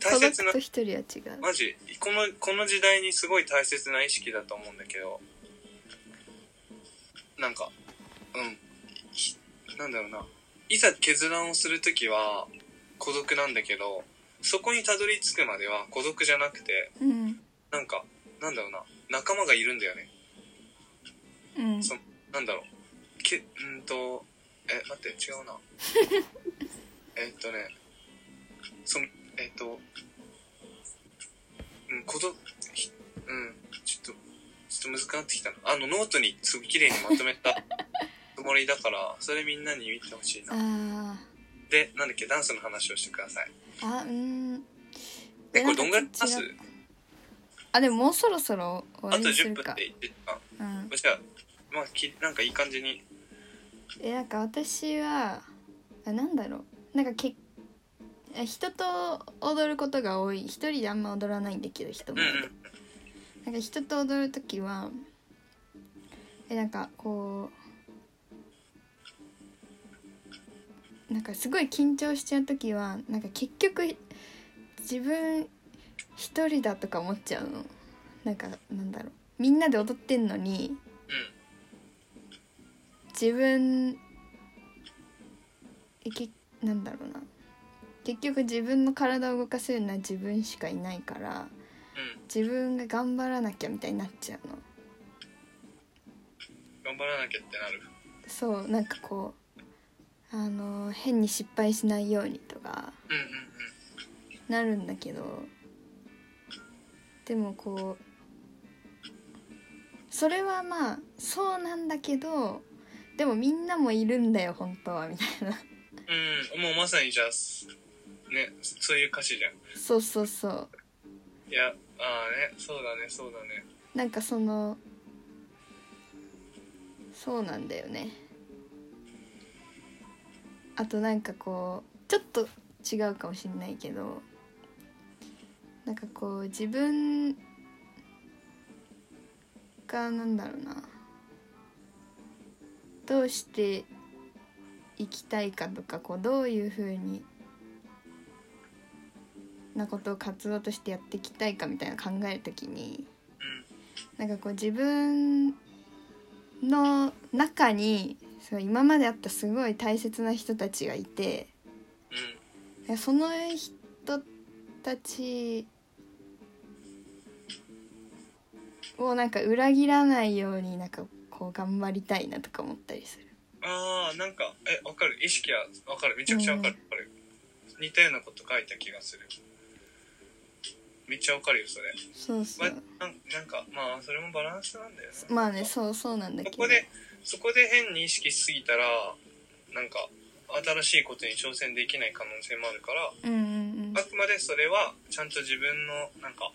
大孤切な独と一人は違うマジこのこの時代にすごい大切な意識だと思うんだけどなんかうんひなんだろうないざ決断をする時は孤独なんだけどそこにたどり着くまでは孤独じゃなくてうんなんかなんだろうな仲間がいるんだよねうんそなんだろうけうんとえ待って違うな [LAUGHS] えっとねそのえっとうんことひうんちょっとちょっと難しくなってきたなあのノートにすごい綺麗にまとめたつもりだからそれみんなに見てほしいなあでなんだっけダンスの話をしてくださいーあうんえこれどんぐらい出す違うあでももうそろそろ終あわりとにす10る分かで言ってたうんじゃあまあきなんかいい感じにえなんか私はあなんだろうなんかけえ人と踊ることが多い一人であんま踊らないんだけど人うもんうんなんか人と踊る時はえなんかこうなんかすごい緊張しちゃう時はなんか結局自分一人だとか思っちゃうのなんかなんだろうみんなで踊ってんのにう自分えけなんだろうな結局自分の体を動かせるのは自分しかいないからんうん自分が頑張らなきゃみたいになっちゃうの頑張らなきゃってなるそうなんかこうあの変に失敗しないようにとかうんうんうんなるんだけどでもこうそれはまあそうなんだけどでもみんなもいるんだよ本当はみたいなうん、もうまさにじゃあ、すね、そういう歌詞じゃん。そうそうそういや、ああね、そうだね、そうだね。なんかそのそうなんだよねあとなんかこうちょっと違うかもしんないけどなんかこう自分がなんだろうなどうして生きたいかとかこうどういうふうになことを活動としてやっていきたいかみたいな考えるときになんかこう自分の中にそう今まであったすごい大切な人たちがいてうん、うん、その人たちをなんか裏切らないようになんかこう頑張りたいなとか思ったりする。ああ、なんか、え、わかる意識はわかる。めちゃくちゃわかる。わかる。似たようなこと書いた気がする。めっちゃわかるよ、それ。そうそまうなんなんか、まあ、それもバランスなんだよなまあねそうそうなんだけそどこで、そこで変に意識しすぎたら、なんか、新しいことに挑戦できない可能性もあるから、うんうんあくまでそれはちゃんと自分のなんか、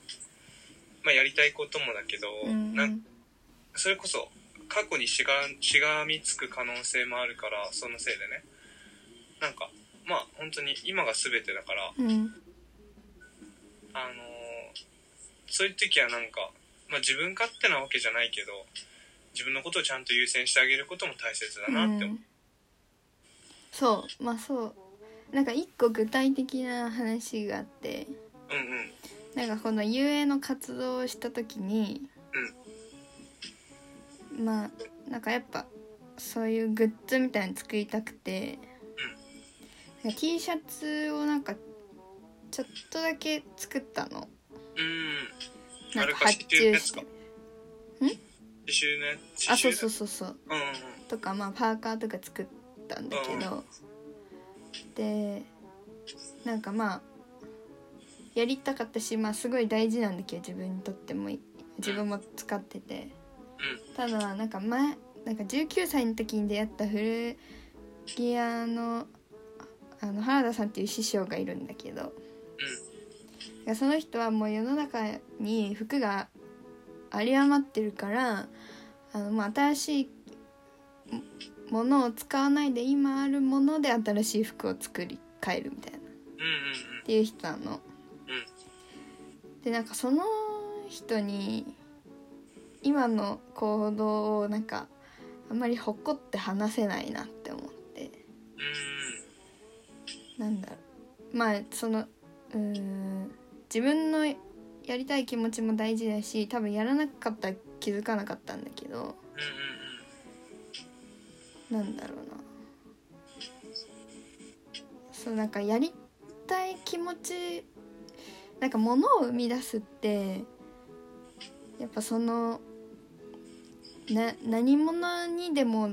まあ、やりたいこともだけど、うんうんうなんんそれこそ過去にしがしがみつく可能性もあるからそのせいでねなんかまあ本当に今が全てだからうんあのーそういう時はなんか、まあ、自分勝手なわけじゃないけど自分のことをちゃんと優先してあげることも大切だなってう思う、ん、そうまあそうなんか一個具体的な話があってうん、うんなんかこの遊泳の活動をした時に、まあなんかやっぱそういうグッズみたいに作りたくて、なんか T シャツをなんかちょっとだけ作ったのうんなあんれかか発刺繍の注やつしかて刺繍ね刺繍あそうそううそうそううんうんうんとかまあパーカーとか作ったんだけど、でなんかまあやりたかったし、まあ、すごい大事なんだけど自分にとってもい自分も使ってて、ただなんか前なんか19歳の時に出会った古着屋のあの原田さんっていう師匠がいるんだけどその人はもう世の中に服が有り余ってるからあのもう新しいものを使わないで今あるもので新しい服を作り変えるみたいなっうんうんていう人なの。うんでなんかその人に今の行動をなんかあんまり誇って話せないなって思ってうなんだろうまあそのうーん自分のやりたい気持ちも大事だし多分やらなかったら気づかなかったんだけどんうんうんうんうんなんだろうなそうなんかやりたい気持ちなんかものを生み出すってやっぱそのな何者にでも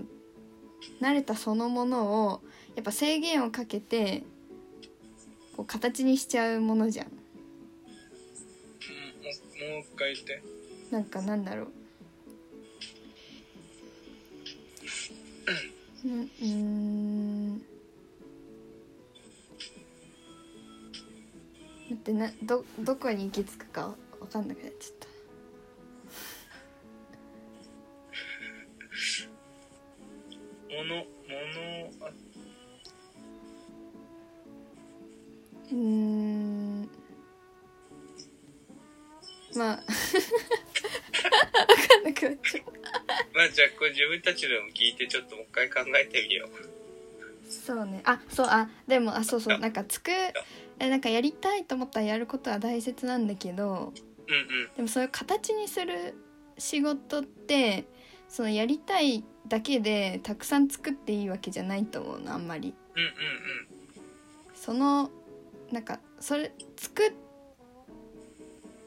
慣れたそのものをやっぱ制限をかけてこう形にしちゃうものじゃん。ももう一回言ってなんかなんだろう。うんうーん。待ってなどどこに行き着くかわかんなくなっちゃった。ものものあうーん。まあわかんなくなっちゃった。まあじゃあこれ自分たちでも聞いてちょっともう一回考えてみようそうねあそうあでもあそうそうなんかつくえなんかやりたいと思ったらやることは大切なんだけど。うんうんでもそういう形にする仕事ってそのやりたいだけでたくさん作っていいわけじゃないと思うのあんまりうんうんそのなんかそれ作っ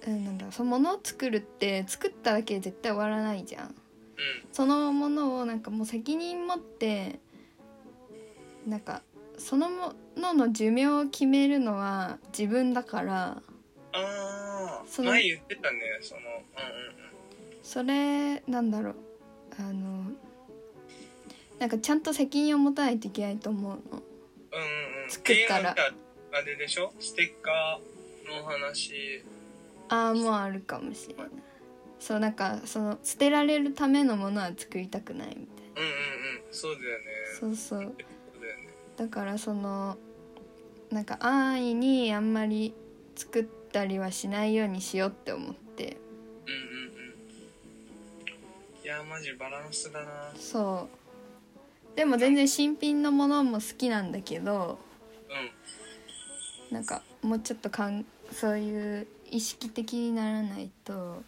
うんなんだろうそのものを作るって作っただけで絶対終わらないじゃんうそのものをなんかもう責任持ってなんかそのものの寿命を決めるのは自分だからんうんああその前言ってたねそのうそれなんだろうあのなんかちゃんと責任を持たないといけないと思うのんうんうんうんうん作ったらっていうのはあれでしょステッカーの話ああもうあるかもしれないそうなんかその捨てられるためのものは作りたくないみたいなうんうんうんそうだよねそうそうそうだよねだからそのなんか安易にあんまり作ったりはしないようにしようって思ってうんうんうんいやマジバランスだなそうでも全然新品のものも好きなんだけどうんなんかもうちょっとかんそういう意識的にならないとうんうん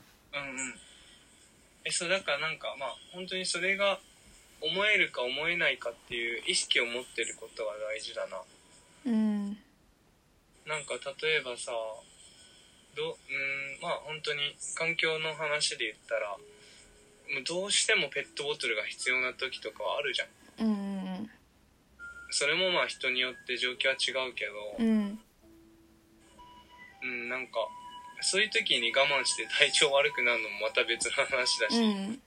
えそうだからなんかまあ本当にそれが思えるか思えないかっていう意識を持ってることが大事だなうんなんか例えばさどうーんまあ本当に環境の話で言ったらもうどうしてもペットボトルが必要な時とかはあるじゃんうんそれもまあ人によって状況は違うけうどんうんなんかそういう時に我慢して体調悪くなるのもまた別の話だし、うん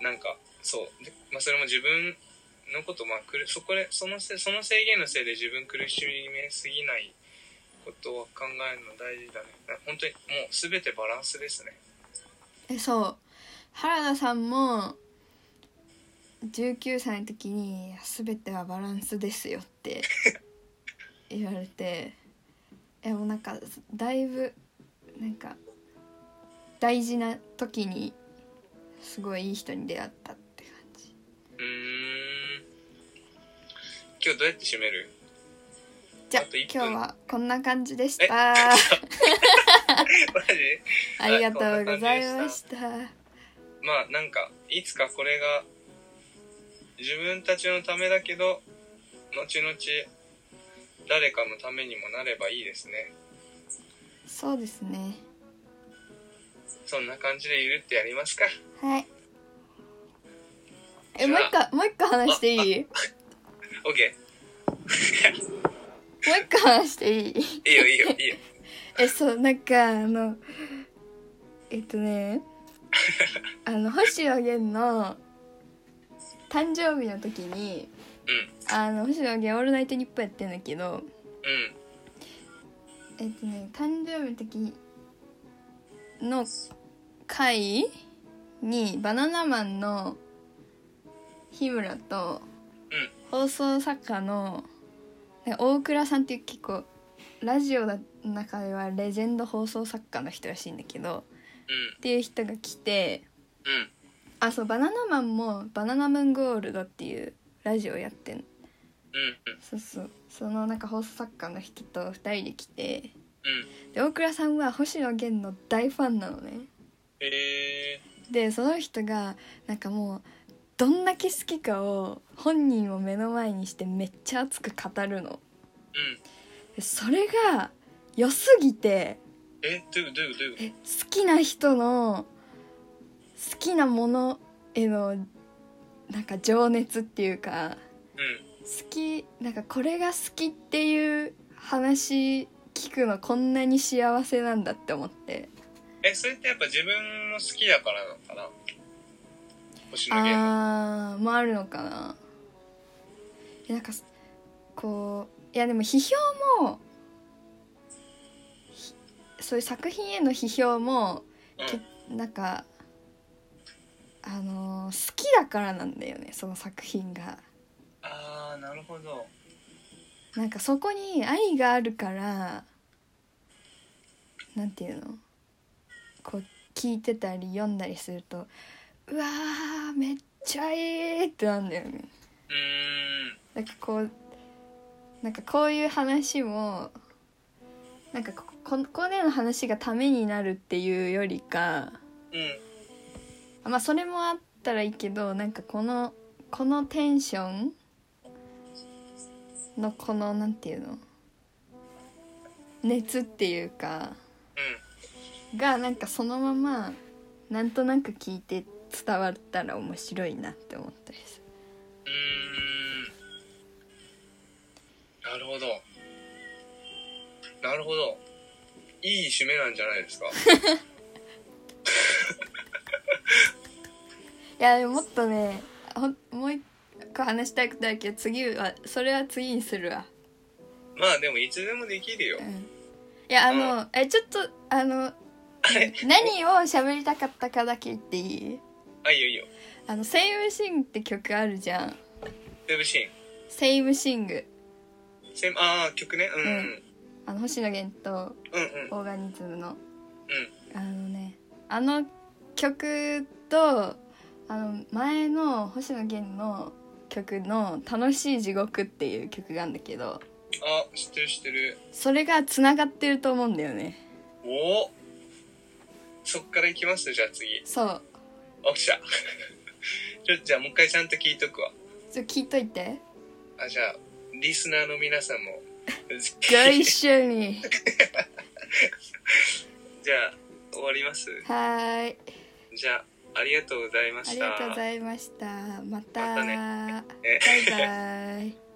なんかそう、でまあ、それも自分のことまあ苦そこでそのせその制限のせいで自分苦しめすぎないことを考えるの大事だねな本当にもう全てバランスですねえそう原田さんも19歳の時にいや「全てはバランスですよ」って言われてえもうなんかだいぶなんか大事な時にすごいいい人に出会ったって感じうーん今日どうやって締めるじゃああと一今分日はこんな感じでした。 [LAUGHS] [LAUGHS] マジありがとうございました。まあなんかいつかこれが自分たちのためだけど後々誰かのためにもなればいいですねそうですね。そんな感じでゆるってやりますか [LAUGHS] はい。え、じゃもうあ一個、もう一個話していいもう OK 一個話していいいいよいいよいいよえ、そう、なんか、あの、えっ [LAUGHS] とね、あの、星野源の誕生日の時に、うあの星野源「オールナイトニッポン」やってんだけどうんえっとね誕生日の時の回にバナナマンの日村と放送作家のなんか大倉さんっていう結構ラジオの中ではレジェンド放送作家の人らしいんだけどっていう人が来てうんうんあそうバナナマンも「バナナムーンゴールド」っていうラジオやってんうんそうそうそのなんか放送作家の人と2人で来てうんうんで大倉さんは星野源の大ファンなのねえでその人がなんかもうどんだけ好きかを本人を目の前にしてめっちゃ熱く語るのー、うんでそれが良すぎてえどういうどういうどういう好きな人の好きなものへのなんか情熱っていううかん好きなんかこれが好きっていう話聞くのこんなに幸せなんだって思ってえそれってやっぱ自分も好きだからなのかな星野源のあーもあるのかなえなんかこういやでも批評もひそういう作品への批評もうんけなんかあのー好きだからなんだよねその作品がああなるほどなんかそこに愛があるからなんていうのこう聞いてたり読んだりするとうわーめっちゃいいってなんだよねうーんなんかこうなんかこういう話もなんかここここでの話がためになるっていうよりかうんまあそれもあったらいいけどなんかこのこのテンションのこのなんていうの熱っていうかがなんかそのままなんとなく聞いて伝わったら面白いなって思ったりする。うんうーんなるほどなるほどいい締めなんじゃないですか [LAUGHS] いやでももっとねほんもう一個話したくないけど次はそれは次にするわ。まあでもいつでもできるようんいやあの、えちょっとあの何を喋りたかったかだけ言っていいあいいよいいよあの「セイムシング」って曲あるじゃんセブシ「セイムシングーンセブああ曲ねうんうん」あの星野源とうんうんオーガニズムうのんあのねあの曲とあの前の星野源の曲の「楽しい地獄」っていう曲があるんだけどあ知ってる知ってるそれがつながってると思うんだよねおおそっから行きますじゃあ次そうおっしゃ [LAUGHS] ちょじゃあもう一回ちゃんと聞いとくわちょっと聞いといてあじゃあリスナーの皆さん [LAUGHS] もご一緒 [LAUGHS] [LAUGHS] にじゃあ終わりますはーいじゃあありがとうございまあしりたがとうございましたまたまたバえイバイ